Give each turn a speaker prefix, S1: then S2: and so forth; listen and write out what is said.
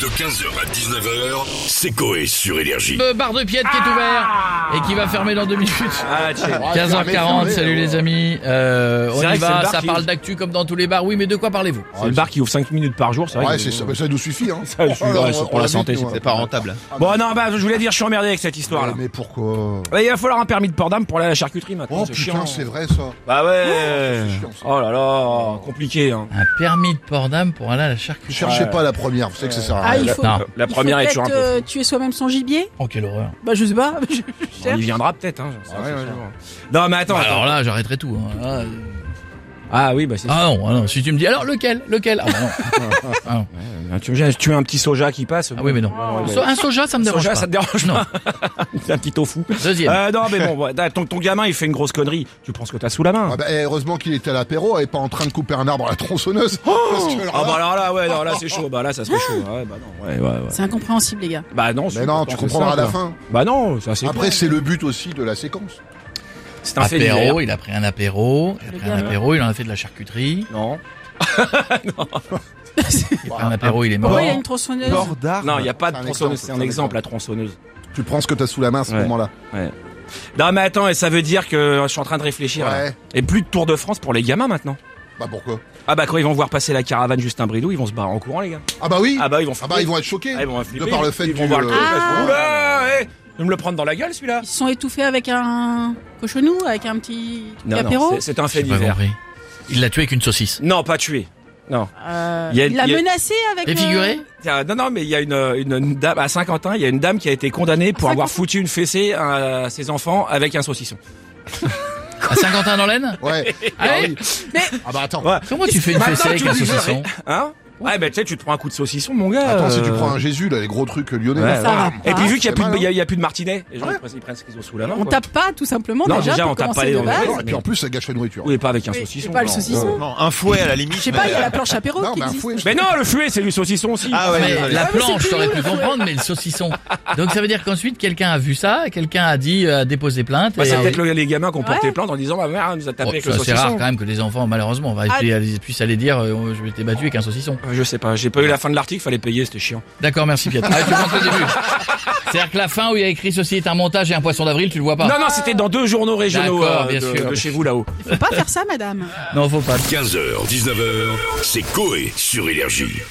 S1: De 15h à 19h, c'est Coé sur Énergie.
S2: Le bar de piètre qui est ouvert et qui va fermer dans deux minutes.
S3: Ah, tu sais.
S2: 15h40, salut les amis. Euh, on
S3: C'est vrai
S2: y
S3: que c'est le
S2: va,
S3: bar
S2: ça
S3: qui-
S2: parle d'actu comme dans tous les bars. Oui, mais de quoi parlez-vous
S3: C'est le bar qui ouvre 5 minutes par jour, c'est vrai.
S4: Ouais,
S3: que-
S4: c'est ça, mais ça nous suffit. Hein.
S3: Ça, je suis- ouais, c'est pour la
S4: habite,
S3: santé,
S4: nous,
S3: c'est
S4: hein.
S3: peut-être
S5: pas rentable.
S3: Bon, non, bah, je voulais dire, je suis emmerdé avec cette histoire là.
S4: Ouais, Mais pourquoi
S3: il va falloir un permis de port d'âme pour aller à la charcuterie maintenant.
S4: Oh
S3: Oh, c'est
S4: putain,
S3: chiant.
S4: c'est vrai ça.
S3: Bah ouais.
S4: c'est chiant, ça.
S3: Oh là là, compliqué. Hein.
S2: Un permis de port d'âme pour aller à la charcuterie.
S4: Cherchez pas la première, vous savez que ça sert à
S6: Ah,
S4: rien.
S6: il faut,
S2: Non.
S3: La
S6: il faut
S3: première est toujours un
S6: peut-être,
S3: peu.
S6: euh, tuer soi-même son gibier
S2: Oh, quelle horreur.
S6: Bah je sais pas, je, je
S3: On y
S6: cherche.
S3: viendra peut-être. Hein, j'en sais
S4: Ouais,
S3: rien,
S4: ouais,
S3: c'est
S4: ouais.
S3: sûr. Non, mais attends.
S2: Bah,
S3: Ah, attends.
S2: alors là, j'arrêterai tout. hein. Ah,
S3: Ah oui, bah c'est.
S2: ah non, ah non, si tu me dis, alors lequel Lequel Ah bah non.
S3: Ah, Tu veux tu veux un petit soja qui passe.
S2: Ah oui, mais non. So- Un soja, ça me dérange
S3: Soja,
S2: pas.
S3: ça te dérange
S2: Non.
S3: C'est un petit tofu.
S2: Deuxième.
S3: Euh, non, mais bon, ouais, t'as- ton, ton gamin, il fait une grosse connerie. Tu prends ce que t'as sous la main.
S4: Ah bah, eh, heureusement qu'il était à l'apéro et pas en train de couper un arbre à la tronçonneuse. Parce que alors
S3: Ah bah
S4: là-
S3: alors là, ouais, non, là c'est chaud. Bah là, ça serait chaud. Ouais, bah non, ouais, ouais, ouais.
S6: C'est incompréhensible les gars.
S3: Bah non, c'est-
S4: Mais non,
S3: c'est
S4: tu comprendras à la
S3: simple.
S4: fin.
S3: Bah non, ça c'est.
S4: Après, c'est le but aussi de la séquence.
S3: c'est un fait divers.
S2: Apéro, il a pris un apéro, il a pris un
S6: gars.
S2: apéro, il en a fait de la charcuterie.
S3: Non.
S2: Il a pris un apéro,
S3: Ah,
S2: il est mort.
S6: Pourquoi il y a une tronçonneuse
S5: Port d'armes.
S3: Non, il n'y a pas de
S4: C'est un
S3: tronçonneuse.
S4: exemple,
S3: C'est
S4: c'est
S3: un
S4: un
S3: exemple,
S4: exemple.
S3: la tronçonneuse.
S4: Tu prends ce que t'as sous la main à ce
S3: Ouais.
S4: moment-là.
S3: Non, mais attends, et ça veut dire que je suis en train de réfléchir. là.
S4: Ouais.
S3: Et plus de Tour de France pour les gamins maintenant.
S4: Bah pourquoi
S3: Ah bah quand ils vont voir passer la caravane Justin Bridou, ils vont se barrer en courant, les gars.
S4: Ah bah oui
S3: Ah bah ils vont
S4: Ah
S3: flipper.
S4: bah ils vont être choqués.
S3: Ah, ils vont flipper.
S4: De par le fait
S3: ils vont
S4: du-
S3: voir le truc,
S4: Ah.
S3: ils vont se- Oula, eh, il veut me le prendre dans la gueule celui-là.
S6: Ils se sont étouffés avec un cochonou, avec un petit truc
S3: Non,
S6: apéro
S3: non, c'est- c'est un fait
S2: J'ai pas
S3: divers.
S2: compris. Il l'a tué avec une saucisse.
S3: Non, pas tué.
S6: Euh,
S3: Il y a-
S6: Il l'a
S3: il y a-
S6: menacé avec... euh,
S2: Défiguré
S6: le-
S3: Tiens, Non, non, mais il y a une, une, une dame à Saint-Quentin, il y a une dame qui a été condamnée pour
S6: À
S3: avoir
S6: Saint-Quentin
S3: foutu une fessée à ses enfants avec un saucisson.
S2: À Saint-Quentin dans
S3: bah
S2: l'Aisne
S4: Ouais.
S2: Ah
S4: Ah
S2: oui.
S4: oui. Ah bah attends.
S3: Ouais.
S2: Comment tu fais une
S3: Maintenant,
S2: fessée avec
S3: tu
S2: un
S3: dis-
S2: saucisson
S3: Hein Ouais, bah tu sais, tu te prends un coup de saucisson, mon gars.
S4: Attends, si tu
S3: euh,
S4: prends un Jésus, là, les gros trucs lyonnais.
S3: Ouais,
S4: là,
S3: ouais.
S6: Ça va
S3: Et
S6: pas.
S3: puis vu qu'il
S4: C'est mal, hein.
S3: n'y a, il y a plus de martinet, les gens
S4: Ouais.
S3: ils prennent- ils prennent ce qu'ils ont sous la main.
S6: On
S3: quoi.
S6: tape pas tout simplement
S3: Non,
S6: déjà,
S3: déjà,
S6: pour
S3: on tape pas
S6: commencer
S3: les
S6: de
S3: dents.
S6: base.
S4: Non, Et puis en plus, ça gâche la nourriture.
S3: Oui, pas avec un
S6: Oui,
S3: saucisson.
S6: c'est pas le
S3: non.
S6: saucisson.
S5: Non, un fouet à la limite.
S6: Je sais pas, il y a la planche apéro
S4: Non,
S6: qui
S4: mais un
S6: existe.
S4: fouet.
S3: Mais non, le fuet, c'est du saucisson aussi.
S5: Ah ouais,
S2: Mais
S5: désolé.
S2: la
S6: Ah, mais c'est
S2: planche,
S6: plus
S2: t'aurais
S6: nul,
S2: pu
S6: le fouet.
S2: comprendre, mais le saucisson. Donc ça veut dire qu'ensuite, quelqu'un a vu ça, quelqu'un a dit, euh, a déposé plainte.
S3: Bah,
S2: et-
S3: c'est peut-être le- les gamins qui ont porté
S6: Ouais.
S3: plainte en disant bah, ma mère elle nous a tapé
S2: Oh,
S3: avec
S2: ça,
S3: le
S2: c'est rare quand
S3: saucisson.
S2: même que les enfants, malheureusement, va
S6: Ah.
S2: puissent, puissent aller dire euh, je m'étais battu avec un saucisson.
S3: Euh, Je sais pas, j'ai pas eu la fin de l'article, fallait payer, c'était chiant.
S2: D'accord, merci Piet. Ah, tu rentres au début. C'est-à-dire que la fin où il y a écrit ceci est un montage et un poisson d'avril, tu le vois pas.
S3: Non, non, c'était dans deux journaux régionaux
S2: D'accord,
S3: euh,
S2: bien
S3: de,
S2: sûr.
S3: de chez vous là-haut.
S6: Faut pas faire ça madame.
S2: non faut pas.
S1: 15h, 19h, c'est Coé sur Énergie.